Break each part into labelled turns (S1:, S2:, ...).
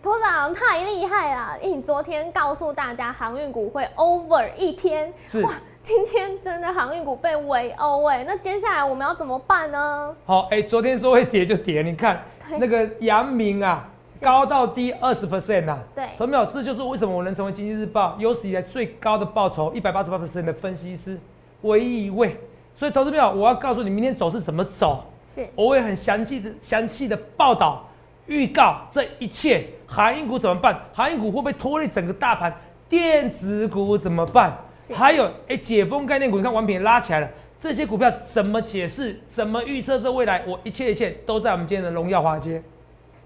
S1: 土长太厉害了！哎诶你昨天告诉大家航运股会 over 一天，
S2: 是
S1: 哇，今天真的航运股被围殴哎，那接下来我们要怎么办呢？
S2: 好，哎、昨天说会跌就跌，你看
S1: 对
S2: 那个阳明啊，
S1: 是
S2: 高到低二十 percent 呐。
S1: 对
S2: 朋友这就是为什么我能成为经济日报有史以来最高的报酬一百八十八 percent 的分析师，唯一一位。所以，投资朋友，我要告诉你明天走势怎么走，
S1: 是
S2: 我会很详细的、详细的报道、预告这一切。航运股怎么办？航运股会不会拖累整个大盘？电子股怎么办
S1: 是？
S2: 还有，哎、解封概念股，你看王品也拉起来了，这些股票怎么解释？怎么预测这未来？我一切一切都在我们今天的荣耀华尔街。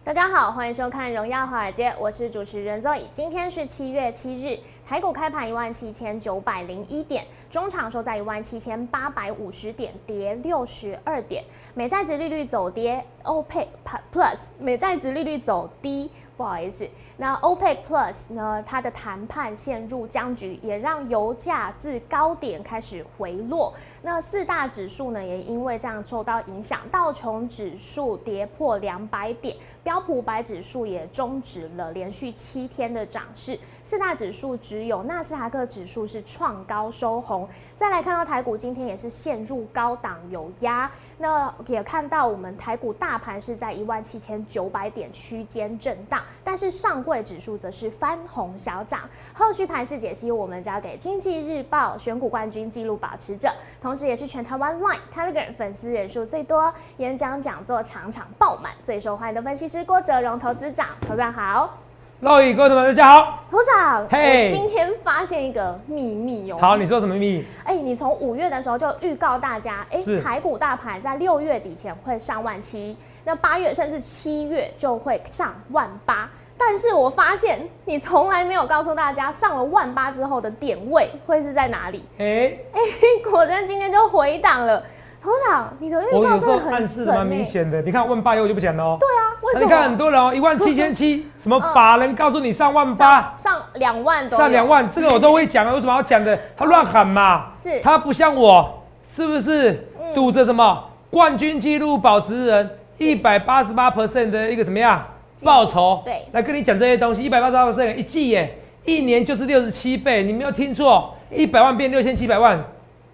S1: 大家好，欢迎收看《荣耀华尔街》，我是主持人 Zoe。今天是七月七日，台股开盘一万七千九百零一点，中场收在一万七千八百五十点，跌六十二点。美债值利率走跌，OPEC Plus 美债值利率走低，不好意思，那 OPEC Plus 呢，它的谈判陷入僵局，也让油价自高点开始回落。那四大指数呢，也因为这样受到影响，道琼指数跌破两百点，标普百指数也终止了连续七天的涨势。四大指数只有纳斯达克指数是创高收红。再来看到台股今天也是陷入高档有压，那也看到我们台股大盘是在一万七千九百点区间震荡，但是上柜指数则是翻红小涨。后续盘势解析，我们交给经济日报选股冠军纪录保持者，同时也是全台湾 Line、Telegram 粉丝人数最多、演讲讲座场场爆满、最受欢迎的分析师郭哲荣投资长。投资长好，
S2: 各位各位同学们，大家好。
S1: 投资长，
S2: 嘿
S1: 我今天发现一个秘密哦。
S2: 好，你说什么秘密？
S1: 哎、你从五月的时候就预告大家，哎、
S2: 是
S1: 台股大盘在六月底前会上万七，那八月甚至七月就会上万八。但是我发现你从来没有告诉大家上了万八之后的点位会是在哪里。
S2: 哎、
S1: 果真今天就回档了，头长，你哎的预
S2: 我
S1: 告
S2: 有时
S1: 真
S2: 候
S1: 的
S2: 暗
S1: 很
S2: 示
S1: 准、
S2: 的
S1: 欸、
S2: 蛮明显的。你看问八以后我就不讲了哦。
S1: 对啊，为什么？
S2: 你看很多人哦，一万七千七，什么
S1: 嗯
S2: 法人告诉你上万八
S1: 上，上两万都有
S2: 上两，万，这个我都会讲啊，有什么好讲的？他乱喊嘛，
S1: 是
S2: 他不像我，是不是
S1: 嗯
S2: 赌着什么冠军纪录保持人一百八十八 percent 的一个什么样
S1: 纪录
S2: 报酬？
S1: 对
S2: 来跟你讲这些东西，一百八十八 percent 一季耶，一年就是六十七倍，你没有听错，
S1: 是
S2: 一百万变六千七百万，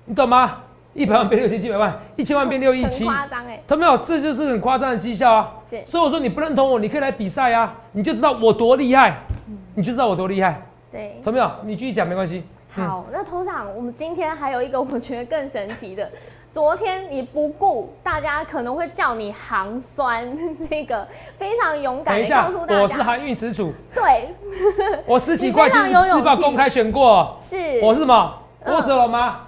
S2: 你懂吗？一百万变六千七百万，一千万变六亿
S1: 很
S2: 七，
S1: 夸张哎，
S2: 他没有，这就是很夸张的绩效啊
S1: 是。
S2: 所以我说你不认同我，你可以来比赛啊，你就知道我多厉害，
S1: 嗯
S2: 你就知道我多厉害。
S1: 对。
S2: 投没有？你继续讲没关系。嗯，
S1: 好，那头长，我们今天还有一个我觉得更神奇的，昨天你不顾大家可能会叫你行酸， 那个非常勇敢
S2: 等
S1: 的
S2: 一下
S1: 告诉，大
S2: 我是
S1: 家，
S2: 航运 始祖，
S1: 对，
S2: 我十几块
S1: 你非常
S2: 金
S1: 有勇气
S2: 日报公开选过，
S1: 是
S2: 我是什么？
S1: 嗯
S2: 郭子龙吗？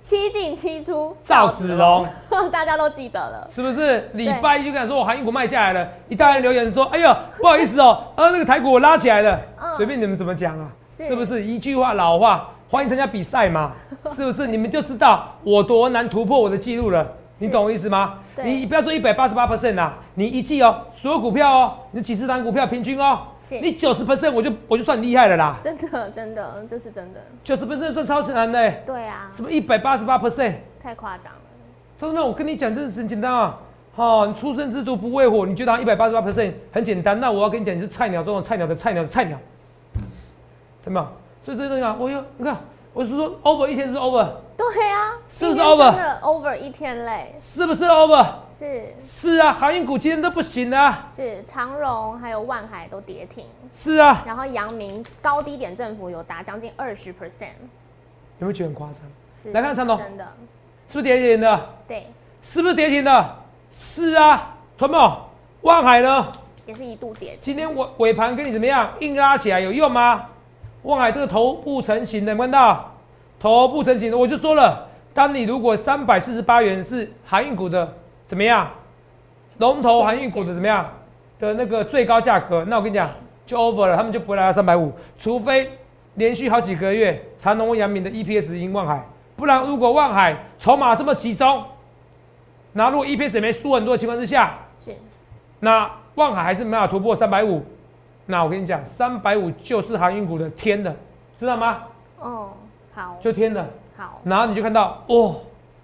S1: 七进七出，
S2: 赵子龙
S1: 赵子龙，大家都记得了，
S2: 是不是？礼拜一就跟他说我航运股卖下来了，一大堆留言说，哎 呦，不好意思哦，呃，那个台股我拉起来了
S1: 嗯，
S2: 随便你们怎么讲啊，
S1: 是
S2: 是不是？一句话老话，欢迎参加比赛嘛， 是不是？你们就知道我多难突破我的记录了，
S1: 是
S2: 你懂我意思吗？
S1: 对
S2: 你不要说一百八十八 percent 啊，你一季哦，所有股票哦，你几十档股票平均哦
S1: 是，
S2: 你九十 percent 我就我就算厉害了啦。
S1: 真的真的，这是真的，
S2: 九十 percent 算超难的、欸，
S1: 对啊，
S2: 什么一百八十八 percent？
S1: 太夸张了，
S2: 同志们，我跟你讲，真的是很简单啊。好、你出生之犊不畏虎，你觉得一百八十八 percent 很简单？那我要跟你讲，你是菜鸟中的菜鸟的菜鸟的菜鸟，对吗？所以这个啊，我又你看，我是说 over 一天是不是 over？
S1: 对啊，
S2: 是不
S1: 今
S2: 是
S1: 天
S2: over？
S1: 真的 over 一天嘞，
S2: 是不是 over？
S1: 是
S2: 是啊，航运股今天都不行啊。
S1: 是，长荣还有万海都跌停，
S2: 是啊，
S1: 然后阳明高低点振幅有达将近二十 percent。
S2: 有没有觉得很夸张？
S1: 是
S2: 来看长龙
S1: 真的，
S2: 是不是跌停的？
S1: 对，
S2: 是不是跌停的？是啊，同志们，万海呢？
S1: 也是一度跌停。
S2: 今天尾尾盘跟你怎么样？硬拉起来有用吗？望海这个头部成型的，有没有看到？头部成型的，我就说了，当你如果三百四十八元是航运股的怎么样？龙头航运股的怎么样的那个最高价格？那我跟你讲，就 over 了，他们就不会来到三百五，除非连续好几个月长隆、阳明的 EPS 赢万海，不然如果万海筹码这么集中，然后如果 EPS 也没输很多的情况之下，
S1: 是
S2: 那望海还是没有突破三百五，那我跟你讲，三百五就是航运股的天的，知道吗？
S1: 哦，好，
S2: 就天的，
S1: 好
S2: 然后你就看到，哦，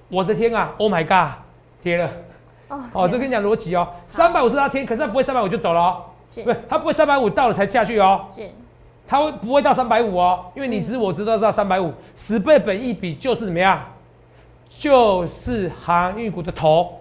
S2: 我的天啊，Oh my god，跌了。
S1: 哦
S2: 哦，这跟你讲逻辑哦，三百五是它天，可是它不会三百五就走了哦，
S1: 是
S2: 不是它不会三百五到了才下去哦，
S1: 是
S2: 它会不会到三百五哦？因为你
S1: 嗯
S2: 知我知道到三百五，十倍本一比就是怎么样？就是航运股的头，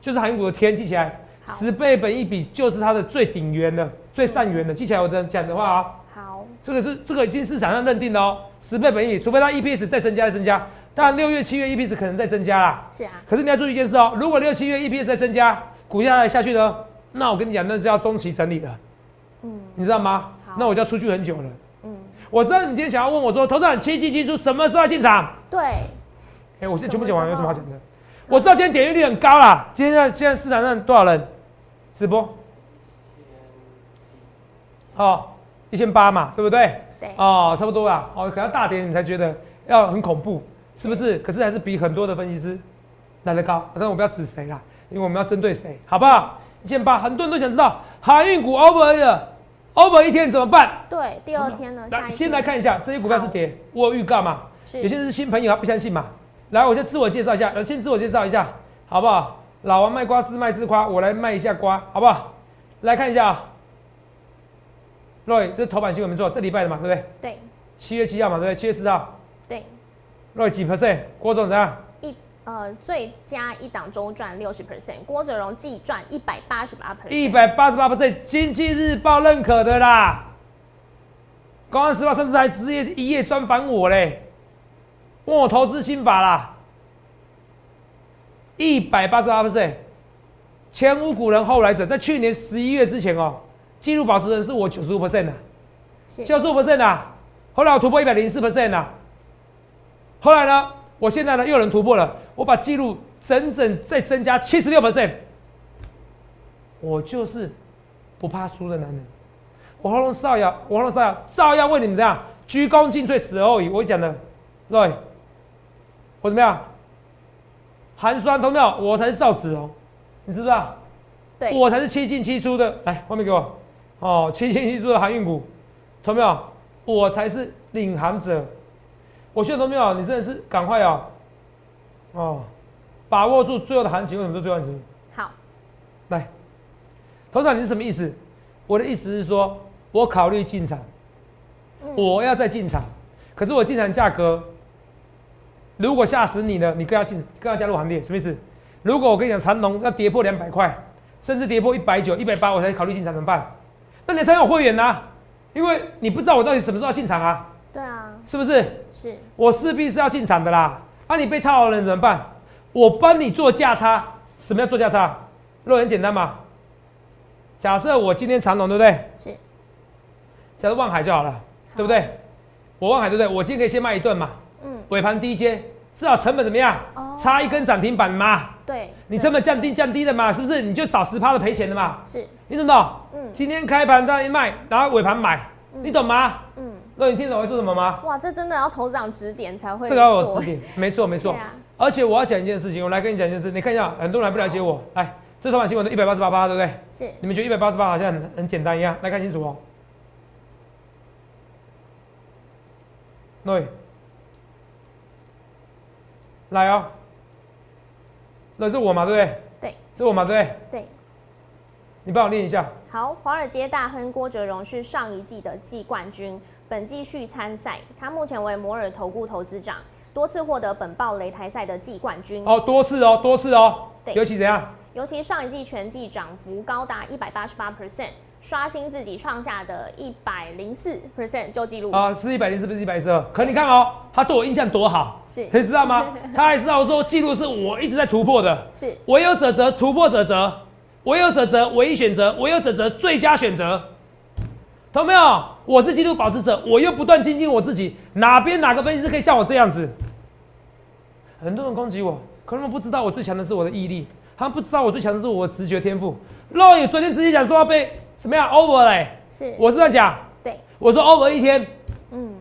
S2: 就是航运股的天，记起来
S1: 好，
S2: 十倍本一比就是它的最顶缘的、最上缘的，记起来我的讲的话啊、
S1: 好，
S2: 这个是这个已经市场上认定了哦，十倍本益比，除非它 EPS 再增加再增加，当然六月七月 EPS 可能再增加啦。
S1: 是啊，
S2: 可是你要注意一件事哦，如果六七月 EPS 再增加，股价再下去呢，那我跟你讲，那就要中期整理了，
S1: 嗯
S2: 你知道吗
S1: 好？
S2: 那我就要出去很久了。
S1: 嗯，
S2: 我知道你今天想要问我说，投资人七季进出什么时候要进场？
S1: 对，
S2: 哎、我现在全部
S1: 什
S2: 讲
S1: 么
S2: 完，
S1: 时
S2: 有
S1: 候
S2: 什么好讲的？我知道今天点击率很高啦，今天在现在市场上多少人直播？哦，一千八嘛，对不对？
S1: 对
S2: 哦，差不多啦。哦，可能要大跌你才觉得要很恐怖，是不是？可是还是比很多的分析师来得高。但是我不要指谁啦，因为我们要针对谁，好不好？一千八，很多人都想知道航运股 over 了，over 一天怎么办？
S1: 对，第二天呢，下
S2: 嗯来，
S1: 一
S2: 先
S1: 天
S2: 来看一下这些股票是跌，我有预告嘛？
S1: 是
S2: 有些人是新朋友，他不相信嘛。来，我先自我介绍一下，呃，先自我介绍一下，好不好？老王卖瓜，自卖自夸，我来卖一下瓜，好不好？来看一下啊、Roy，这头版新闻没做，这礼拜的嘛，对不对？
S1: 对
S2: 七月七号嘛，对不对？七月四号
S1: 对
S2: ，Roy 几 percent？郭总怎样？
S1: 一呃最佳一档周赚六十 percent，郭哲荣季赚一百八十八 percent，
S2: 一百八十八 percent，经济日报认可的啦。公安时报甚至还直接一夜专访我嘞，问我投资心法啦。一百八十八 percent，前无古人后来者，在去年十一月之前哦，记录保持人是我九十五 percent 啊，
S1: 是
S2: 九十五 percent 啊，后来我突破一百零四 percent 啊。后来呢，我现在呢又有人突破了，我把记录整整再增加七十六 percent。我就是不怕输的男人。我喉咙少哑，我喉咙少哑，照样为你们这样鞠躬尽瘁，死而后已。我讲的，对，我怎么样？寒酸同没有？我才是赵子龙，你知不知道？
S1: 对
S2: 我才是七进七出的。来，后面给我，哦，七进七出的航运股，同没有？我才是领航者。我希望同没有？你真的是赶快哦，哦，把握住最后的行情。为什么是最后的行情？
S1: 好，
S2: 来，头长你是什么意思？我的意思是说，我考虑进场，
S1: 嗯
S2: 我要再进场，可是我进场价格如果吓死你了，你更要进，更要加入行列，什么意思？如果我跟你讲长隆要跌破两百块，甚至跌破一百九、一百八，我才考虑进场怎么办？那你才有会员呐、因为你不知道我到底什么时候要进场啊，
S1: 对啊，
S2: 是不是？
S1: 是
S2: 我势必是要进场的啦。那、你被套牢的人怎么办？我帮你做价差，什么叫做价差？肉很简单嘛。假设我今天长龙对不对？
S1: 是
S2: 假设望海就好了，对不对？我望海对不对？我今天可以先卖一顿嘛，
S1: 嗯
S2: 尾盘低接，至少成本怎么样
S1: 哦？
S2: 差一根涨停板嘛，
S1: 对，
S2: 你
S1: 对
S2: 成本降低降低了嘛，是不是？你就少十趴的赔钱的嘛，
S1: 是
S2: 你懂不懂？
S1: 嗯
S2: 今天开盘当然卖，然后尾盘买，
S1: 嗯
S2: 你懂吗？
S1: 嗯
S2: 肉，你听懂我在说什么吗？
S1: 哇，这真的要头长指点才会
S2: 这个要
S1: 做
S2: 我指点，没错没错
S1: 对啊。
S2: 而且我要讲一件事情，我来跟你讲一件事，你看一下，很多人还不了解
S1: 哦
S2: 我。来，这头版新闻都一百八十八趴，对不对？
S1: 是
S2: 你们觉得一百八十八好像很很简单一样？来看清楚哦。对，来哦，那这是我嘛，对不对？
S1: 对
S2: 这是我嘛，对不对？
S1: 对。
S2: 你帮我念一下。
S1: 好，华尔街大亨郭哲荣是上一季的季冠军，本季续参赛，他目前为摩尔投顾投资长，多次获得本报擂台赛的季冠军。
S2: 哦，多次哦，多次哦。
S1: 对
S2: 尤其怎样？
S1: 尤其上一季全季涨幅高达一百八十八 percent，刷新自己创下的一百零四 percent 旧纪录。
S2: 啊，是一百零四，不是一百一十二。可你看哦，他对我印象多好，
S1: 是
S2: 你知道吗？他还知道说记录是我一直在突破的，
S1: 是
S2: 唯有者则突破者则，唯有者则唯一选择，唯有者则最佳选择。懂没有？我是记录保持者，我又不断精进我自己，哪边哪个分析师可以像我这样子？很多人攻击我，可他们不知道我最强的是我的毅力，他们不知道我最强的是我的直觉天赋。肉也昨天直接讲说要被什么样 over 嘞、
S1: 是，
S2: 我是在讲，
S1: 对，
S2: 我说 over 一天。
S1: 嗯，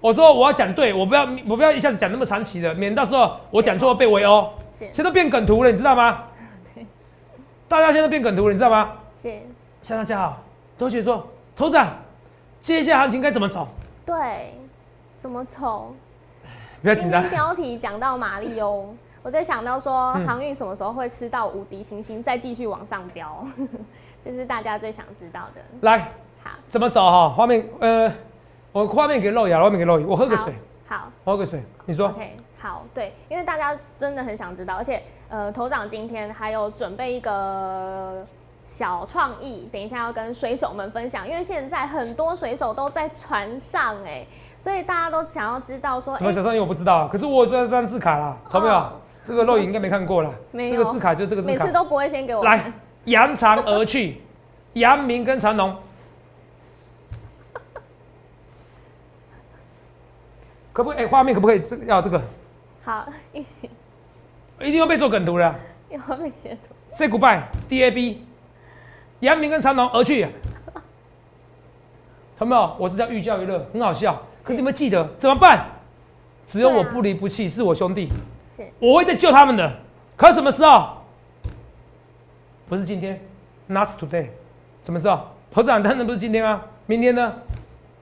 S2: 我说我要讲对，我不要我不要一下子讲那么长期的，免得到时候我讲错被围殴。
S1: 是
S2: 现在都变梗图了，你知 道吗？
S1: 对，
S2: 大家现在都变梗图了，你知道吗？
S1: 是，
S2: 向大家好，同学说，头长，接下来行情该怎么走？
S1: 对，怎么走？
S2: 不要
S1: 今
S2: 紧张
S1: 天，标题讲到马里欧，我在想到说
S2: 嗯
S1: 航运什么时候会吃到无敌星星，再继续往上飙。 这是大家最想知道的。
S2: 来，
S1: 好，
S2: 怎么走哈？画面，呃，我画面给露雅，画面给露雅，我喝个水，
S1: 好，好。
S2: 我喝个水。你说
S1: OK，好，对，因为大家真的很想知道，而且呃，头长今天还有准备一个小创意，等一下要跟水手们分享，因为现在很多水手都在船上哎、所以大家都想要知道说，
S2: 什么小创意我不知道，可是我有这张字卡啦，好没有
S1: 哎哦？
S2: 这个露雅应该没看过啦，
S1: 没
S2: 这
S1: 有
S2: 个字卡就这个字
S1: 每
S2: 卡
S1: 次。都不会先给我
S2: 来
S1: 看，，
S2: 扬长而去，扬名跟长龙， 可不可以？哎画面可不可以？这个要这个，
S1: 好，一起
S2: 一定要被做梗图了。
S1: 有没截图？
S2: Say goodbye, DAB，扬名跟长龙而去。有没有？我这叫寓教于乐，很好笑。可
S1: 是
S2: 你们记得怎么办？只有
S1: 对啊
S2: 我不离不弃，是我兄弟，
S1: 是
S2: 我会再救他们的。可什么时候？不是今天，Not today。什么时候？头长当然不是今天啊，明天呢？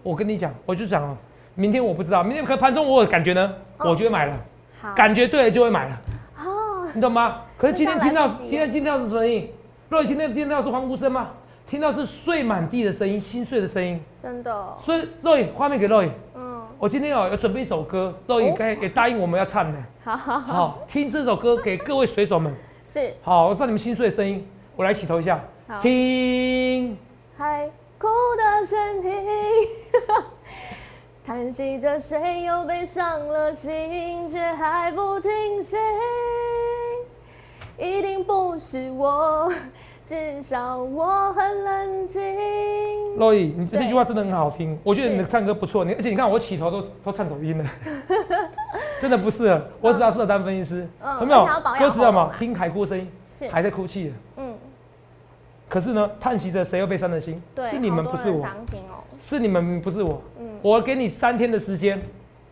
S2: 我跟你讲，我就讲哦，明天我不知道，明天可盘中我有感觉呢，
S1: 哦
S2: 我就会买了，
S1: 好
S2: 感觉对了就会买了。
S1: 哦，
S2: 你 懂吗？可是今天
S1: 那
S2: 听
S1: 这样来
S2: 到
S1: 不及
S2: 今天听到是什么声音？若你今天听到是欢呼声吗？听到是碎满地的声音，心碎的声音。
S1: 真的哦，
S2: 所以若雨画面给若雨，
S1: 嗯，
S2: 我今天哦有有准备一首歌，若雨
S1: 哦
S2: 该也答应我们要唱的。
S1: 好好好，
S2: 好，听这首歌给各位水手们。
S1: 是
S2: 好，我知道你们心碎的声音，我来起头一下
S1: 好。
S2: 听，
S1: 海哭的身体， 叹息着谁又被伤了心，却还不清醒。一定不是我，至少我很冷静。
S2: 若雨，你
S1: 对
S2: 这句话真的很好听，我觉得你的
S1: 是
S2: 唱歌不错。你而且你看我起头都都唱走音了， 真的不适合。我只要适合当分析师，
S1: 嗯
S2: 有没有
S1: 我想要保？养
S2: 歌词有
S1: 喉
S2: 吗
S1: 咙？啊
S2: 听海哭的声音
S1: 是，
S2: 还在哭泣的。
S1: 嗯，
S2: 可是呢，叹息着谁又被伤的心，
S1: 对，
S2: 是你们
S1: 好
S2: 不
S1: 多
S2: 是
S1: 人
S2: 我，
S1: 伤心哦。
S2: 是你们不是我。
S1: 嗯，
S2: 我给你三天的时间，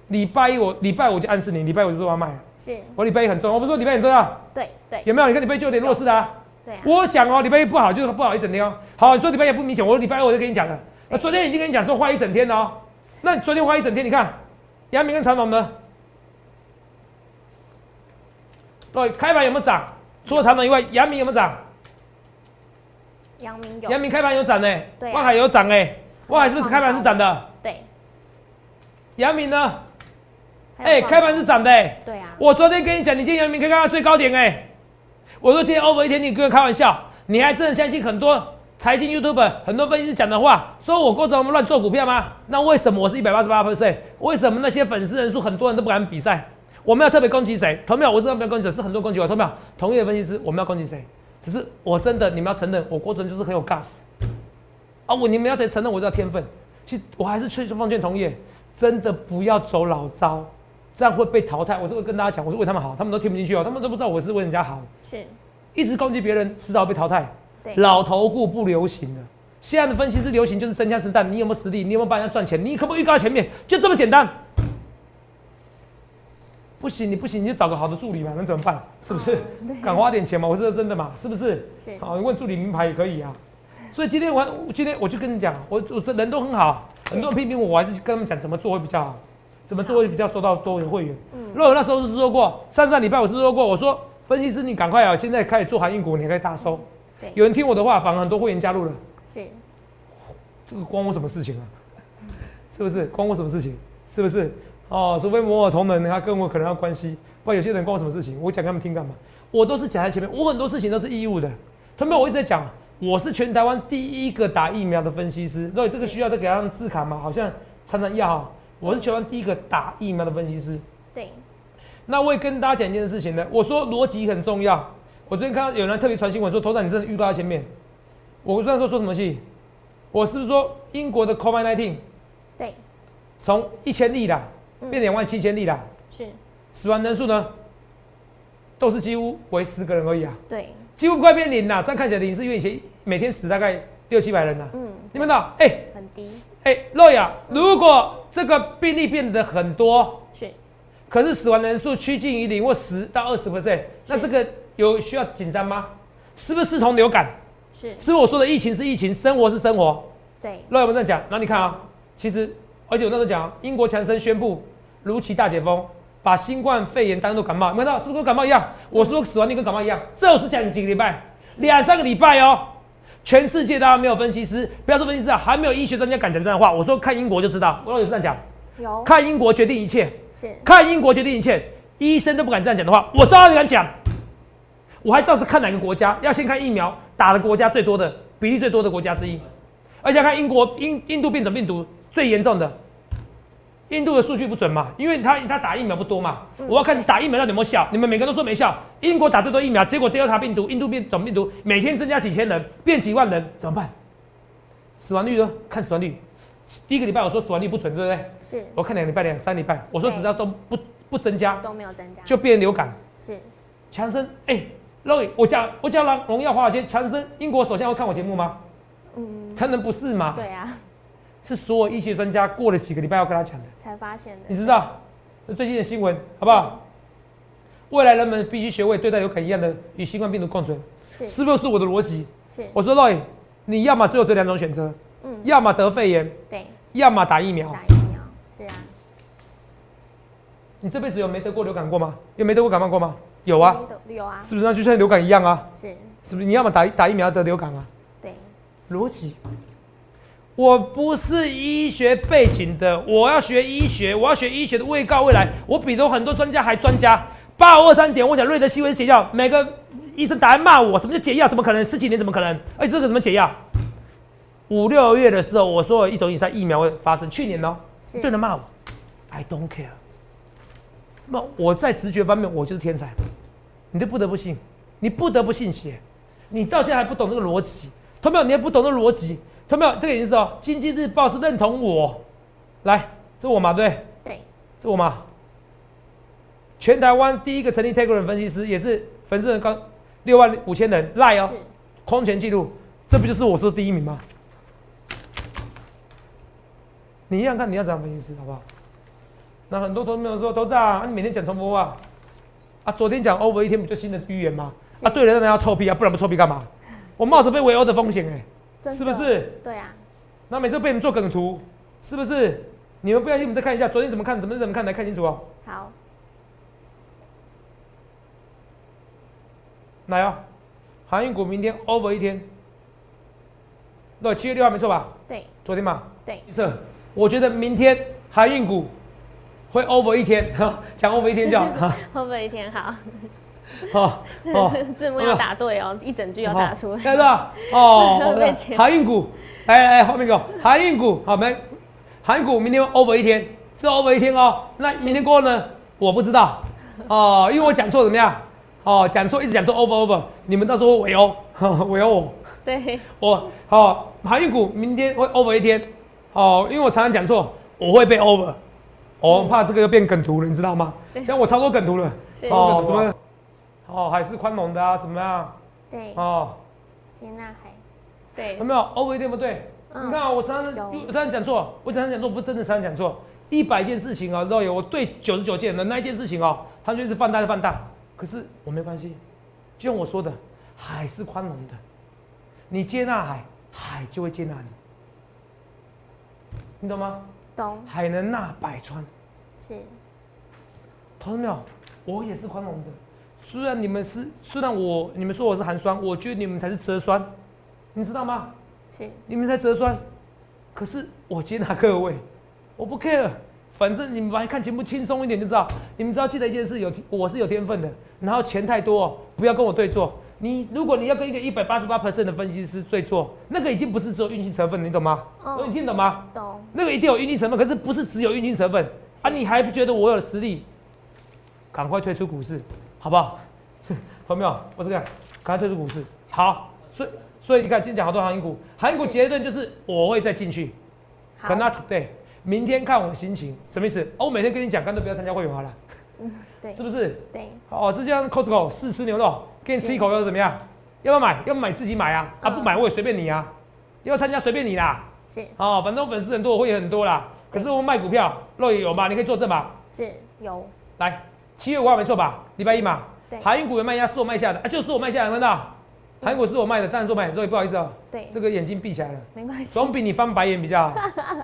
S2: 礼拜一我礼拜我就暗示你，礼拜五就说我要卖了。
S1: 是，
S2: 我礼拜一很重要，我不是说礼拜一很重要，
S1: 对对
S2: 有没有？你看礼拜一就有点弱势的啊。
S1: 对啊，
S2: 我讲哦，礼拜一不好就是不好一整天哦。好，你说礼拜一不明显，我礼拜二我就跟你讲了。那昨天已经跟你讲说花一整天了哦，那你昨天花一整天，你看阳明跟长隆呢？对，哦开盘有没有涨？除了长隆以外，阳明有没有涨？
S1: 杨明
S2: 阳
S1: 有，
S2: 明开盘有涨呢、
S1: 对啊
S2: 万海有涨哎、万海是不是开盘是涨的？
S1: 对，
S2: 阳明呢？
S1: 还有
S2: 哎、
S1: 放
S2: 开盘是涨的哎、
S1: 对啊，
S2: 我昨天跟你讲，你今天阳明可以看到最高点哎、我说今天 over 一天，你跟我开玩笑，你还真的相信很多财经 YouTube 很多分析师讲的话，说我郭总乱做股票吗？那为什么我是一百八十八 percent？为什么那些粉丝人数很多人都不敢比赛？我们要特别攻击谁？投票我知道不要攻击谁，是很多攻击我。投票同业的分析师，我们要攻击谁？只是我真的，你们要承认，我郭总就是很有 gas。啊，我你们要得承认我这天分。其实我还是劝奉劝同业，真的不要走老招，这样会被淘汰。我是会跟大家讲，我是为他们好，他们都听不进去哦，他们都不知道我是为人家好，
S1: 是，
S2: 一直攻击别人，迟早被淘汰。
S1: 对，
S2: 老头顾不流行了，现在的分析师流行就是真枪实弹，你有没有实力？你有没有帮人家赚钱？你可不可以预告前面？就这么简单。不行，你不行，你就找个好的助理嘛，能怎么办？是不是
S1: 哦？
S2: 敢花点钱嘛？我是说真的嘛，是不是？
S1: 是
S2: 好，你问助理名牌也可以啊。所以今天我我今天我就跟你讲，我我这人都很好，
S1: 是
S2: 很多人批评我，我还是跟他们讲怎么做会比较好，怎么做会比较收到多的会员。
S1: 嗯
S2: 如果那时候是说过，上上礼拜我是说过，我说分析师你赶快啊，现在开始做航运股，你可以大收。
S1: 对，
S2: 有人听我的话，反而很多会员加入了，
S1: 是，
S2: 这个关我什么事情啊？是不是关我什么事情？是不是？哦，除非某某同仁他跟我可能有关系，不然有些人关我什么事情？我讲给他们听干嘛？我都是讲在前面，我很多事情都是义务的。他们我一直在讲，我是全台湾第一个打疫苗的分析师，所以这个需要再给他们字卡吗？好像常常要哦，我是全台湾第一个打疫苗的分析师。
S1: 对，
S2: 那我也跟大家讲一件事情呢，我说逻辑很重要。我昨天看到有人特别传新闻说，头长你真的预告在前面。我那时候说什么戏？我是不是说英国的 COVID-19
S1: 对，
S2: 从一千例啦
S1: 嗯
S2: 变两万七千例啦，
S1: 是，
S2: 死亡人数呢都是几乎为十个人而已啊，
S1: 对，
S2: 几乎快变零啦。这样看起来零是因为以前每天死大概六七百人啦。
S1: 嗯，
S2: 你们呢？哎
S1: 很低，
S2: 哎，洛雅，如果这个病例变得很多，
S1: 是，
S2: 可是死亡人数趋近于零或十到二十 percent，那这个有需要紧张吗？是不是视同流感？
S1: 是，
S2: 是不是我说的疫情是疫情，生活是生活。
S1: 对，
S2: 那我们这样讲，然后你看啊、其实而且我那时候讲，英国强生宣布如期大解封，把新冠肺炎当作感冒，你看到是不是跟感冒一样？我说死亡率跟感冒一样，这我是讲你几个礼拜，两三个礼拜哦，全世界大家没有分析师，不要说分析师啊，还没有医学专家敢讲这样的话。我说看英国就知道，我老有这样讲，
S1: 有
S2: 看英国决定一切，
S1: 是
S2: 看英国决定一切，医生都不敢这样讲的话，我照样敢讲。我还知道是看哪个国家，要先看疫苗打的国家最多的比例最多的国家之一，而且要看英国印印度变种病毒最严重的，印度的数据不准嘛，因为他他打疫苗不多嘛，
S1: 嗯
S2: 我要看你打疫苗到底有没有效，你们每个都说没效，英国打最多疫苗，结果 Delta 病毒、印度变种病毒每天增加几千人，变几万人，怎么办？死亡率呢？看死亡率，第一个礼拜我说死亡率不准，对不对？
S1: 是
S2: 我看两个礼拜、两三礼拜，我说
S1: 对
S2: 只要都不不增加，
S1: 都没有增加，
S2: 就变流感。
S1: 是
S2: 强生，哎、r o y 我讲我讲荣荣耀华尔街，强生英国首相会看我节目吗？
S1: 嗯，
S2: 他能不是吗？
S1: 对啊，
S2: 是所有医学专家过了几个礼拜要跟他讲的，
S1: 才发现的
S2: 你，知道？这最近的新闻好不
S1: 嗯
S2: 好？未来人们必须学会对待流感一样的与新冠病毒共存，
S1: 是
S2: 是不是我的逻辑？
S1: 是，
S2: 我说 Roy，你要么只有这两种选择，
S1: 嗯，
S2: 要么得肺炎，
S1: 对，
S2: 要么打疫苗。
S1: 打疫苗，是啊，
S2: 你这辈子有没得过流感过吗？有没得过感冒过吗？有啊，
S1: 都，有啊，
S2: 是不是？那就像流感一样啊，
S1: 是，
S2: 是不是？你要么打打疫苗得流感啊，
S1: 对，
S2: 逻辑。我不是医学背景的，我要学医学，我要学医学的未告未来。我比很多专家还专家。八五二三点，我讲瑞德西韦是解药，每个医生打来骂我，什么叫解药？怎么可能？十几年怎么可能？哎、这个怎么解药？五六月的时候，我说有一种以上疫苗会发生，去年哦、
S1: 是
S2: 一顿的骂我，I don't care。那我在直觉方面，我就是天才，你就不得不信，你不得不信邪，你到现在还不懂这个逻辑，同没有？你也不懂这个逻辑，同没有？这个意思哦，《经济日报》是认同我，来，这我嘛对不对，
S1: 对，
S2: 这我嘛。全台湾第一个成立 Telegram 分析师，也是粉丝人刚六万五千人赖哦，
S1: 是，
S2: 空前记录，这不就是我说的第一名吗？你一样看，你要怎样分析师，好不好？那很多同学们说，头长、啊，你每天讲重复啊，啊，昨天讲 over 一天不就新的预言吗？
S1: 是
S2: 啊，对了，当然要臭屁啊，不然不臭屁干嘛？我冒着被围殴的风险哎、
S1: 真
S2: 是
S1: 的
S2: 不是？
S1: 对啊，
S2: 那每次被你们做梗图，是不是？你们不相信，我们再看一下昨天怎么看，怎么怎么看，来看清楚哦。
S1: 好，
S2: 来哦，航运股明天 over 一天，对，七月六号没错吧？
S1: 对
S2: 昨天嘛，
S1: 对，
S2: 预测，我觉得明天航运股会 over 一天，讲 over 一 天就好了。
S1: 会不会一天好？
S2: 哦哦
S1: 字幕要打对哦，一整句要打出来，
S2: 看到 哦，
S1: 会
S2: 我
S1: 不会
S2: 的航运股，哎来来来，后面一个航运股，好没？航运股明天 over 一天，是 over 一天哦。那明天过后呢？我不知道哦，因为我讲错怎么样？哦，讲错一直讲错 over over，你们到时候会围殴，围殴我。
S1: 对，
S2: 我哦，航运股明天会 over 一天，哦，因为我常常讲错，我会被 over，哦，怕这个又变梗图了，你知道吗
S1: 嗯对？
S2: 像我超多梗图了，
S1: 是
S2: 哦，什么，哦，海事宽容的啊，怎么样？
S1: 对，
S2: 哦，
S1: 金纳海，对
S2: 有，没有 over 一天不对？
S1: 嗯
S2: 你看啊，我常常
S1: 有
S2: 我常常讲错，我常常讲错，不是真的常常讲错，一百件事情啊，都有，我对九十九件的那一件事情哦，他们就是放大就放大，可是我没关系，就像我说的，海是宽容的，你接纳海，海就会接纳你，你懂吗？
S1: 懂，
S2: 海能纳百川，
S1: 是，
S2: 同志们，我也是宽容的。虽然你们是，虽然我你们说我是寒酸，我觉得你们才是折酸，你知道吗？
S1: 是，
S2: 你们才折酸，可是我接纳各位，我不 care，反正你们把看节目轻松一点就知道。你们只要记得一件事，有我是有天分的，然后钱太多、哦，不要跟我对坐。你如果你要跟一个一百八十八 percent 的分析师对坐，那个已经不是只有运气成分，你懂吗？
S1: 哦
S2: 你听懂吗？
S1: 懂，
S2: 那个一定有运气成分，可是不是只有运气成分啊！你还不觉得我有实力？赶快退出股市，好不好？ 有没有？我这个，赶快退出股市。好，所以所以你看，今天讲好多航运股，航运股
S1: 是
S2: 结论就是我会再进去，
S1: 好
S2: 可，not today，明天看我心情，什么意思？哦，我每天跟你讲，干脆不要参加会员好了，
S1: 嗯，对
S2: 是不是？
S1: 对，
S2: 哦，这就像 Costco 试吃牛肉，给你吃一口又怎么样？要不要买？要不买自己买啊！啊，
S1: 嗯
S2: 不买我也随便你啊！要不要参加随便你啦。
S1: 是
S2: 哦，反正我粉丝很多，我会员很多啦。可是我卖股票，肉也有嘛，你可以作证嘛。
S1: 是有，
S2: 来，七月五号没错吧？礼拜一嘛。
S1: 对嗯
S2: 航运股有卖压是我卖下的，啊，就是我卖下的，有没有看到？韩国是我卖的，当然是我卖的。肉也不好意思哦，
S1: 对
S2: 这，个眼睛闭起来了，
S1: 没关系，
S2: 总比你翻白眼比较好。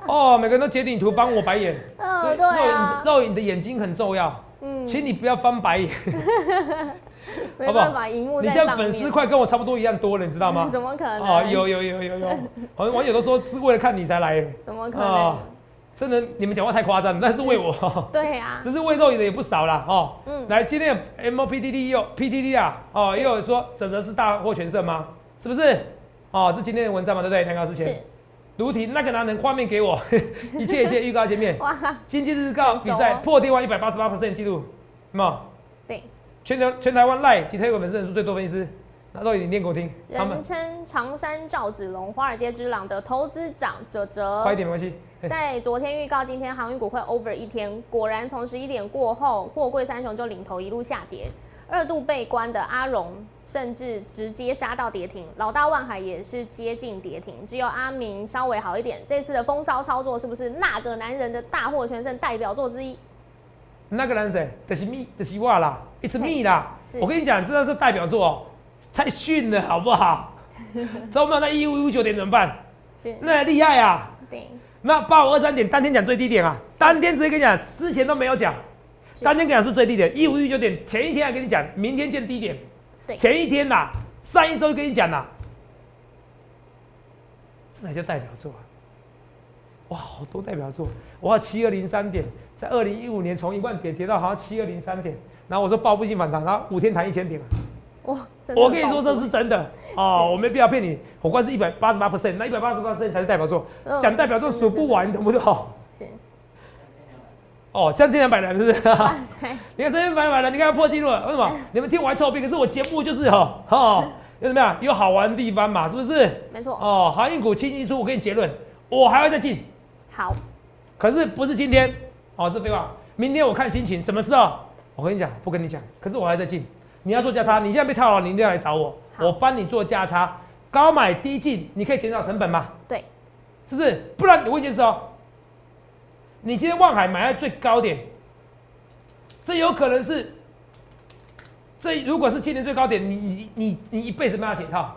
S2: 哦，每个人都截你图翻我白眼，
S1: 嗯
S2: 所以
S1: 对啊
S2: 肉眼肉眼的眼睛很重要，
S1: 嗯，
S2: 请你不要翻白眼。
S1: 没
S2: 好不好
S1: 办法，荧幕
S2: 你
S1: 在
S2: 现
S1: 上
S2: 在
S1: 面。
S2: 粉丝快跟我差不多一样多了，你知道 吗？
S1: 怎么可能？
S2: 哦，有有有有有，好像网友都说是为了看你才来，
S1: 怎么可能？
S2: 哦，真的你们讲话太夸张了，那是为我，
S1: 对啊，
S2: 只是为肉眼的也不少啦，哦。
S1: 嗯，
S2: 来，今天 MOPTD 又 PTD 啊，哦，
S1: 是
S2: 又有说泽泽是大获全胜吗？是不是？哦，这今天的文章嘛，对不对？蛋糕之前
S1: 是，
S2: 如题那个男人画面给我， 一切一切预告前 面，
S1: 哇，
S2: 经济日告
S1: 很熟
S2: 比
S1: 哦
S2: 赛破天荒一百八十八 percent 记录，有没有
S1: 对，
S2: 全台全台湾赖及推文粉丝人数最多分析师，那都已经念给我听，他们
S1: 人称长山赵子龙、华尔街之狼的投资长哲哲
S2: 快一，点没关系，嘿
S1: 在昨天预告今天航运股会 over 一天，果然从十一点过后，货柜三雄就领头一路下跌，二度被关的阿荣甚至直接杀到跌停，老大万海也是接近跌停，只有阿明稍微好一点。这次的风骚操作是不是那个男人的大获全胜代表作之一？
S2: 那个男谁？就是密，就是我啦，It's me 啦
S1: 是。
S2: 我跟你讲，这是代表作哦，太逊了，好不好？ 知道吗？那一五五九点怎么办？
S1: 是，
S2: 那厉害啊！
S1: 对，
S2: 那八五二三点当天讲最低点啊，当天直接跟你讲，之前都没有讲，
S1: 是
S2: 当天跟你讲是最低点，一五一九点，前一天还跟你讲，明天见低点，
S1: 对
S2: 前一天呐、上一周就跟你讲啦、这才叫代表作啊！哇，好多代表作，哇，七二零三点，在二零一五年从一万点跌到好像七二零三点，然后我说报复性反弹，然后五天弹一千点啊。
S1: 哇，哦真的
S2: 我跟你
S1: 爆
S2: 说
S1: 发
S2: 这是真的哦，我没必要骗你，我光是一百八十八 percent，那一百八十八 percent 才是代表作，
S1: 嗯
S2: 讲代表作数不完，懂不懂？
S1: 是，
S2: 哦，像这两 百人是不是？
S1: 哇塞，
S2: 你看三千百人，你看破纪录了，为什么？你们听我还臭屁，可是我节目就是哦，哦，有什么样有好玩的地方嘛，是不是？
S1: 没错，
S2: 哦，航运股清一出，我给你结论，我还会再进，
S1: 好，
S2: 可是不是今天，哦，是废话，明天我看心情，什么事哦？我跟你讲，不跟你讲，可是我还在进。你要做价差，你现在被套牢，你一定要来找我，
S1: 好
S2: 我帮你做价差，高买低进，你可以减少成本嘛，
S1: 对，
S2: 是不是？不然我问一件事哦，你今天望海买在最高点，这有可能是，这如果是今年最高点，你你你你一辈子没办法解套，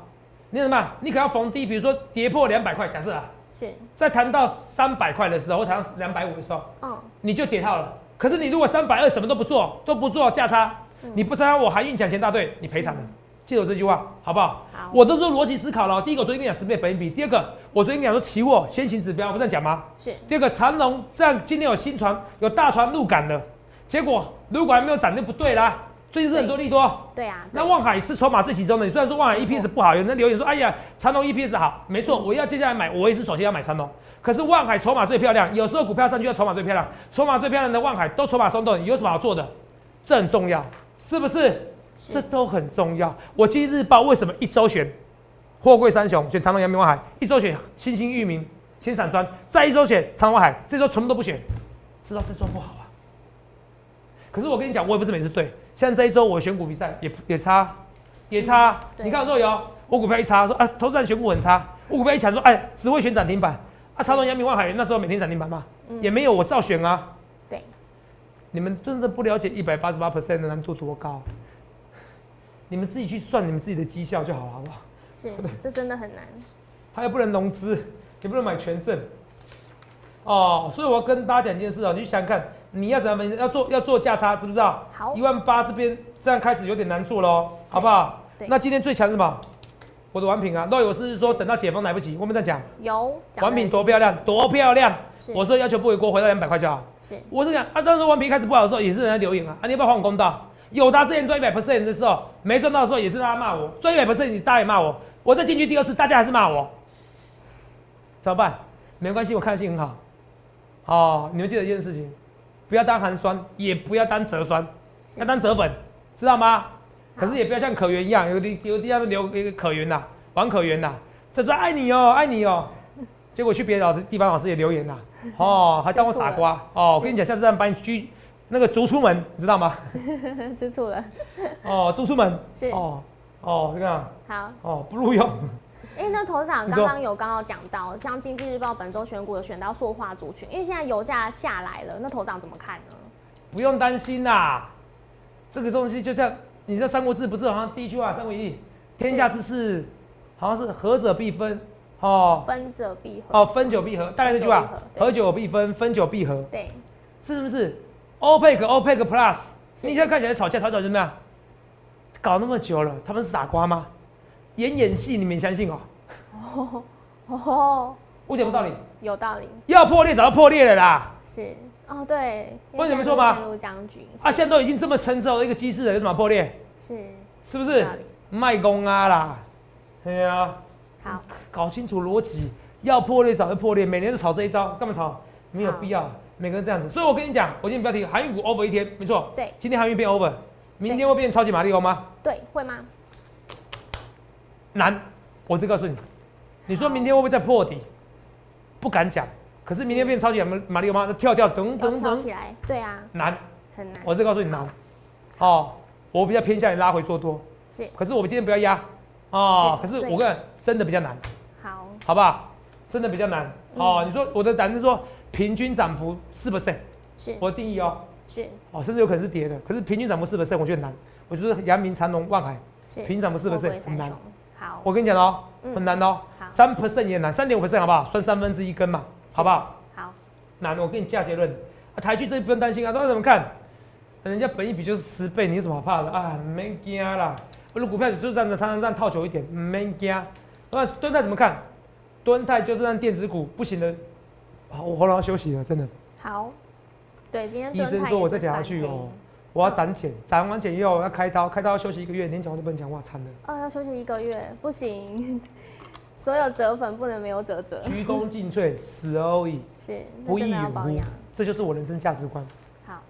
S2: 你怎么办？你可能要逢低，比如说跌破两百块，假设啊，
S1: 是，在
S2: 在谈到三百块的时候，或谈到两百五的时候，
S1: 嗯，
S2: 你就解套了。可是你如果三百二什么都不做，都不做价差，
S1: 嗯
S2: 你不参加我航运抢钱大队，你赔偿了。记得我这句话，好不好？
S1: 好
S2: 我都是逻辑思考了。第一个，我昨天跟你讲十倍本益比；第二个，我昨天跟你讲说期货先行指标，我不这样讲吗？
S1: 是，
S2: 第二个，长龙这样今天有新船，有大船入港了，结果如果还没有涨就不对啦。最近是很多利多，
S1: 对啊，
S2: 那
S1: 对
S2: 望海是筹码最集中的。你虽然说望海
S1: 没错嗯
S2: EPS 不好，有人在留言说：“哎呀，长隆 EPS 好。”没错，我要接下来买，我也是首先要买长隆。可是望海筹码最漂亮，有时候股票上去要筹码最漂亮，筹码最漂亮的望海都筹码松动，有什么好做的？这很重要，是不是？
S1: 是
S2: 这都很重要。我记日报为什么一周选货柜三雄，选长隆、阳明、望海；一周选新兴、域名、新闪专；再一周选长隆、望海，这周全部都不选，知道这周不好啊。可是我跟你讲，我也不是每次对，像这一周我选股比赛也也差，也差。
S1: 嗯对
S2: 你看若有我股票一差，说啊，投资人选股很差；我股票一强，说哎，只会选涨停板。啊，长隆、阳明、万海那时候每天涨停板嘛，
S1: 嗯
S2: 也没有我照选啊。
S1: 对，
S2: 你们真的不了解一百八十八 percent 的难度多高，你们自己去算你们自己的绩效就好了，好不好？
S1: 是，这真的很难，
S2: 他又不能融资，也不能买权证。哦，所以我要跟大家讲一件事哦，你去想想看，你要怎么分析？要做要做价差，知不知道？
S1: 好
S2: 一万八这边这样开始有点难做喽，好不好
S1: 对？
S2: 那今天最强是什么？我的完品啊，那有事是说等到解封来不及，我们再讲。
S1: 有讲得
S2: 完品
S1: 很
S2: 多
S1: 清
S2: 漂亮，多漂亮！
S1: 是
S2: 我说要求不为过，回到两百块就好。
S1: 是，
S2: 我是讲啊，当时顽皮开始不好的时候，也是人家留言啊，啊，你要不要还我公道？有他之前赚一百 percent 的时候，没赚到的时候，也是大家骂我，赚一百 percent 你大家也骂我，我再进去第二次，大家还是骂我，怎么办？没关系，我看性很好。哦，你们记得一件事情，不要当寒酸，也不要当折酸，
S1: 是
S2: 要当折粉，知道吗？可是也不要像可媛一样，有的有的他们留一个可媛呐、玩可媛呐、这是爱你哦，爱你哦。结果去别的地方老师也留言呐、哦，还当我傻瓜哦。我跟你讲，下次再把你拘那个逐出门，你知道吗？
S1: 吃醋了，
S2: 哦，逐出门
S1: 是
S2: 哦哦这样
S1: 好。
S2: 哦不录用，
S1: 哎、那头长
S2: 你
S1: 刚
S2: 说
S1: 刚有刚刚有讲到，像经济日报本周选股有选到塑化族群，因为现在油价下来了，那头长怎么看呢？
S2: 不用担心啦、这个东西就像你知道《三国志》不是好像第一句话“三国演义”，天下之事好像是合者必分哦
S1: 分者必合，
S2: 哦分久必合，大概这句话
S1: 分久必合，对
S2: 合久必分，分久必合。
S1: 对，
S2: 是不是？OPEC、OPEC Plus，
S1: 是
S2: 你现在看起来吵架，吵架怎么样？搞那么久了，他们是傻瓜吗？演演戏你们相信哦？
S1: 哦哦，
S2: 我讲不道理，
S1: 有道理，
S2: 要破裂早就破裂了啦。
S1: 是哦，对，
S2: 不然你们说吧
S1: 陷入僵局
S2: 啊，现在都已经这么成熟的一个机制了，有什么好破裂？
S1: 是
S2: 是不是
S1: 道理？
S2: 卖公啊啦，对啊，
S1: 好，
S2: 搞清楚逻辑，要破裂早就破裂，每年都吵这一招，干嘛吵？没有
S1: 好
S2: 必要，每个人这样子。所以我跟你讲，我今天标题韩运股 over 一天，没错，
S1: 对
S2: 今天韩运变 over，明天会变超级马里奥吗？
S1: 对，会吗？
S2: 难，我就告诉你，你说
S1: 好
S2: 明天会不会再破底？不敢讲，可是明天变超级马马里奥吗？跳跳等
S1: 要
S2: 等
S1: 跳
S2: 等
S1: 起，来，对啊，
S2: 难，
S1: 很难，
S2: 嗯我就告诉你难。哦，我比较偏向于拉回做多，
S1: 是
S2: 可是我们今天不要压哦，可
S1: 是
S2: 是
S1: 对
S2: 我个人真的比较难，
S1: 好，
S2: 好不好？真的比较难哦。
S1: 嗯
S2: 你说我的胆是说平均涨幅四 percent，
S1: 是
S2: 我的定义哦，
S1: 是
S2: 哦，甚至有可能是跌的，可是平均涨幅四 percent 我觉得很难，我觉得阳明、长隆、万海，
S1: 是，
S2: 平常不是不是
S1: 后
S2: 很
S1: 三
S2: 难
S1: 重？好，
S2: 我跟你讲哦，
S1: 嗯
S2: 很难哦
S1: 好，
S2: 三 percent 也难，三点五 percent 好不好？算三分之一根嘛，
S1: 是
S2: 好不好？
S1: 好，
S2: 难，我给你下结论。啊、台剧这不用担心啊，那怎么看？人家本益比就是十倍，你有什么好怕的啊？没惊啦，我的股票指数这样子，常常这样套久一点，没惊。那蹲泰怎么看？蹲泰就是让电子股不行的，啊，我喉咙要休息了，真的。
S1: 好，对，今天
S2: 医生说我再讲下去哦，我要斩
S1: 嗯
S2: 茧，斩完茧以后要开刀，开刀要休息一个月，连讲话都不能讲话， 惨了。
S1: 哦，要休息一个月，不行，所有折粉不能没有折折，
S2: 鞠躬尽瘁，死而后已，
S1: 是，那
S2: 不
S1: 真
S2: 亦
S1: 的要
S2: 乐
S1: 保
S2: 乎
S1: 养，。
S2: 这就是我人生价值观。
S1: 好，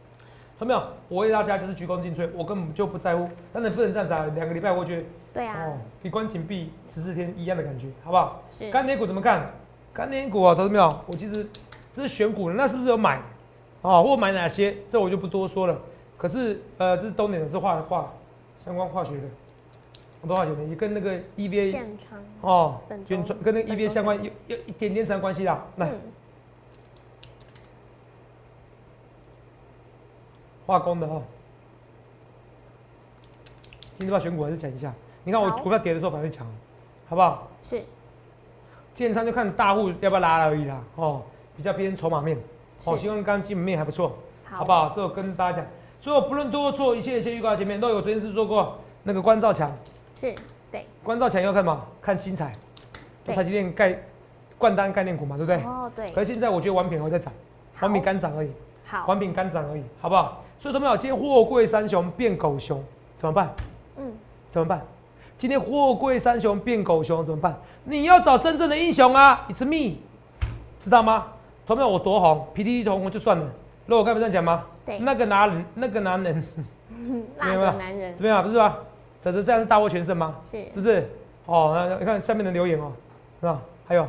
S2: 有没有？我为大家就是鞠躬尽瘁，我根本就不在乎。但是不能这样子啊，两个礼拜我觉得
S1: 对啊
S2: 哦，，比关紧闭十四天一样的感觉，好不好？
S1: 是，
S2: 干点股怎么看？干点股啊，投资没有？我其实这是选股的，那是不是有买？哦，或买哪些？这我就不多说了。可是呃，这是东点的，是化化相关化学的，哦我不化学的，也跟那个 EVA
S1: 健康，
S2: 哦
S1: 本，周
S2: 卷传跟那个
S1: 本
S2: EVA
S1: 周
S2: 相关有有一点点相关系啦。来，
S1: 嗯，
S2: 化工的哈、哦。今天要选股还是讲一下？你看我
S1: 好
S2: 股票跌的时候反而讲，好不好？
S1: 是
S2: 建商就看大户要不要拉而已啦，哦，比较偏筹码面，哦，
S1: 是
S2: 希望刚基本面还不错，好
S1: 好
S2: 不好？这我跟大家讲，所以我不论多错，一切一切预告前面都有，昨天是做过那个关照墙，
S1: 是，对，
S2: 关照墙要干嘛？看精彩，
S1: 对
S2: 台积电概冠单概念股嘛，对不对？
S1: 哦对，
S2: 可是现在我觉得王品还会再涨，
S1: 好
S2: 王品干涨而已，
S1: 好，
S2: 王品干涨而已，好不好？所以同学们，今天货柜三雄变狗熊怎么办？
S1: 嗯，
S2: 怎么办？今天货柜三雄变狗熊怎么办？你要找真正的英雄啊！It's me，知道吗？同没有我多红，PDD 同红就算了。如果我刚才这样讲吗？
S1: 对
S2: 那个男人，那个男人
S1: 辣
S2: 没有
S1: 的
S2: 啦
S1: 男人
S2: 怎么样？不是吧？这这这样是大获全胜吗？
S1: 是
S2: 是不是？哦，那那你看下面的留言哦，是吧？还有，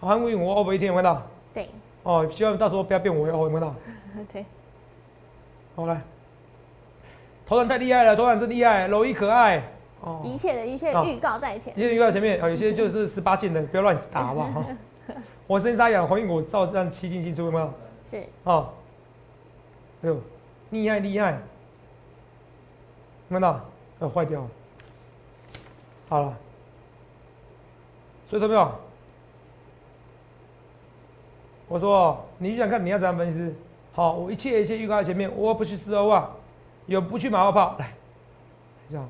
S2: 韩国语我 over 一天有没有看到？
S1: 对，
S2: 哦，希望到时候不要变我哦，有没有看到？
S1: 对，
S2: 好来，头软太厉害了，头软真厉害，柔一可爱哦。
S1: 一切的一切
S2: 好
S1: 预告在前，
S2: 因为预告前面啊，有些就是十八禁的，不要乱打，好不好？我身上养黄英果，照这样七进进出，有没有？
S1: 是
S2: 哦，哎呦，厉害厉害，有没有看到？呃，坏掉了，好了，所以都没有。我说，你就想看你要怎样分析？好，我一切一切预告在前面，我不去吃欧啊，有不去马后炮，来，这样。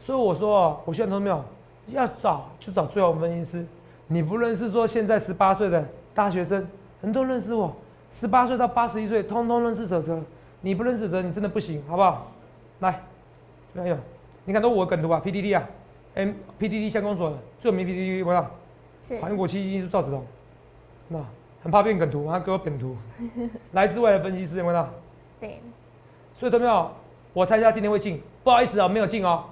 S2: 所以我说，我希望同没有要找就找最好的分析师。你不论是说现在十八岁的大学生，很多人认识我，十八岁到八十一岁，通通认识哲哲。你不认识哲，你真的不行，好不好？来，这边有，你看都我的梗图啊，PDD 啊，M PDD 相关所的最有名 PDD 我讲，
S1: 是
S2: 韩国基金是赵子龙，那很怕变梗图，他给我梗图，来自外的分析师有没有看到？
S1: 对，
S2: 所以，同没有？我猜一下今天会进，不好意思哦，没有进哦。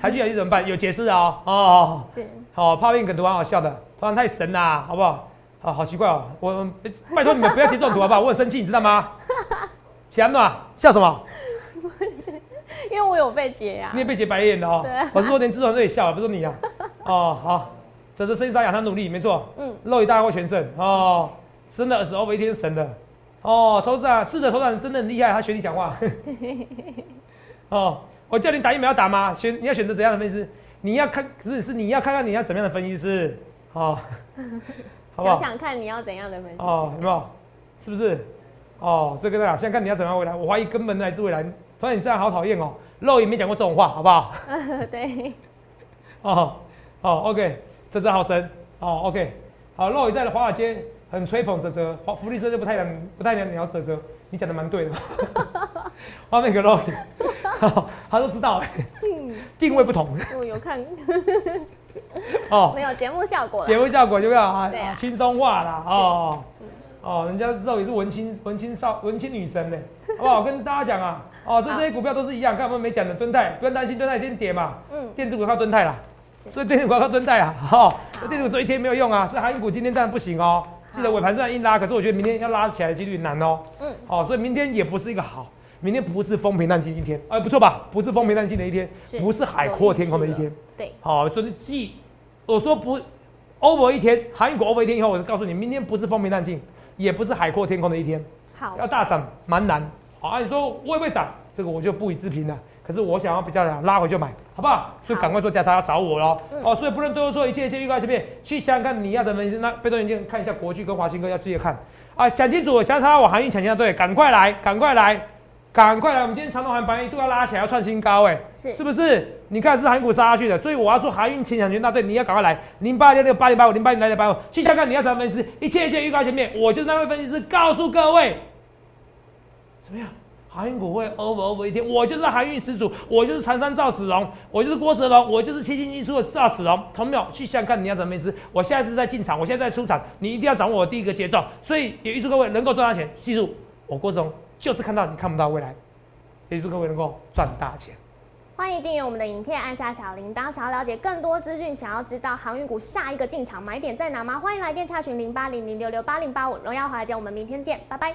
S2: 台剧小剧怎么办？有解释啊、哦，哦，
S1: 是
S2: 好、怕变梗图，很好笑的，突然太神啦、好不好？好好奇怪哦，我我拜托你们不要截这种图好不好？我很生气，你知道吗？想暖笑什么？
S1: 因为我有被截啊
S2: 你，也被截白眼的哦
S1: 对。
S2: 我是说连制作人都得笑了，不是 说你啊。哦，好，这是生意上养他努力，没错。
S1: 嗯，
S2: 肉一大获全胜哦，真的是 over 一天神的哦，头长是的，头长真的很厉害，他学你讲话。 哦，我叫你打疫苗要打吗？选你要选择怎样的分析师？你要看，不是是你要看看你要怎么样的分析师，哦，好不
S1: 想
S2: 好？哦
S1: 想看你要怎样的分析，
S2: 哦，有没有？是不是？哦，这个啊，现在看你要怎么样未来，我怀疑根本来自未来。突然你这样好讨厌哦，肉也没讲过这种话，好不好？
S1: 对，
S2: 哦，好、o k 这只好神，哦，OK，好，肉也在的华尔街很吹捧泽泽，华福利社就不太能不太能聊泽泽，你讲的蛮对的， 画面给肉也，好他都知道，
S1: 嗯，
S2: 定位不同
S1: 我有看，
S2: 哦
S1: 没，有节目效果
S2: 节
S1: 了。
S2: 目效果就比较啊
S1: 对啊
S2: 轻松化啦，哦。哦，人家肉也是文青文青少文青女神呢，好不好？我跟大家讲啊，哦，这
S1: 好
S2: 这些股票都是一样，看我们没讲的蹲泰，不用担心蹲泰一定跌嘛，
S1: 嗯，
S2: 电子股靠蹲泰啦，所以电子股靠蹲泰啊， 好、那电子股做一天没有用啊，所以航运股今天当然不行哦。记得尾盘虽然硬拉，可是我觉得明天要拉起来的几率难哦。
S1: 嗯，
S2: 哦，所以明天也不是一个好，明天不是风平浪静一天，哎、不错吧？不是风平浪静的一天，
S1: 是
S2: 不是海阔天空的一天。。
S1: 对，
S2: 好、所以记，我说不 over 一天，航运股 over 一天以后，我就告诉你，明天不是风平浪静，也不是海阔天空的一天。
S1: 好
S2: 要，大涨蛮难。好，按、你说会不会涨？这个我就不予置评了。可是我想要比较拉回就买，好不好？所以
S1: 好
S2: 赶快做价差要找我喽。
S1: 嗯
S2: 哦，所以不能多说一切一切预告前面，去想想看你要怎么那被动元件看一下国巨跟华兴哥要注意看啊，想清楚，想差我航运抢先对，赶快来，赶快来，赶快来！我们今天长隆航盘一度要拉起来，要创新高，哎，
S1: 是
S2: 是不是？你看是不是韩股杀下去的，所以我要做航运前抢权大队，你要赶快来零八六六八零八五零八零八零八五，去想看你要怎么分析，一切一切预告前面，我就是那位分析师，告诉各位怎么样？航运股会 over over 一天，我就是航运始祖，我就是长山赵子龙，我就是郭哲龙，我就是七进一出的赵子龙。同没有去想看你要怎么意思？我下一次再进场，我现在在出场，你一定要掌握我第一个节奏。所以也预祝各位能够赚大钱，记住我郭总就是看到你看不到未来，也预祝各位能够赚大钱。
S1: 欢迎订阅我们的影片，按下小铃铛。想要了解更多资讯，想要知道航运股下一个进场买点在哪吗？欢迎来电洽询零八零零六六八零八五。荣耀华尔街，我们明天见，拜拜。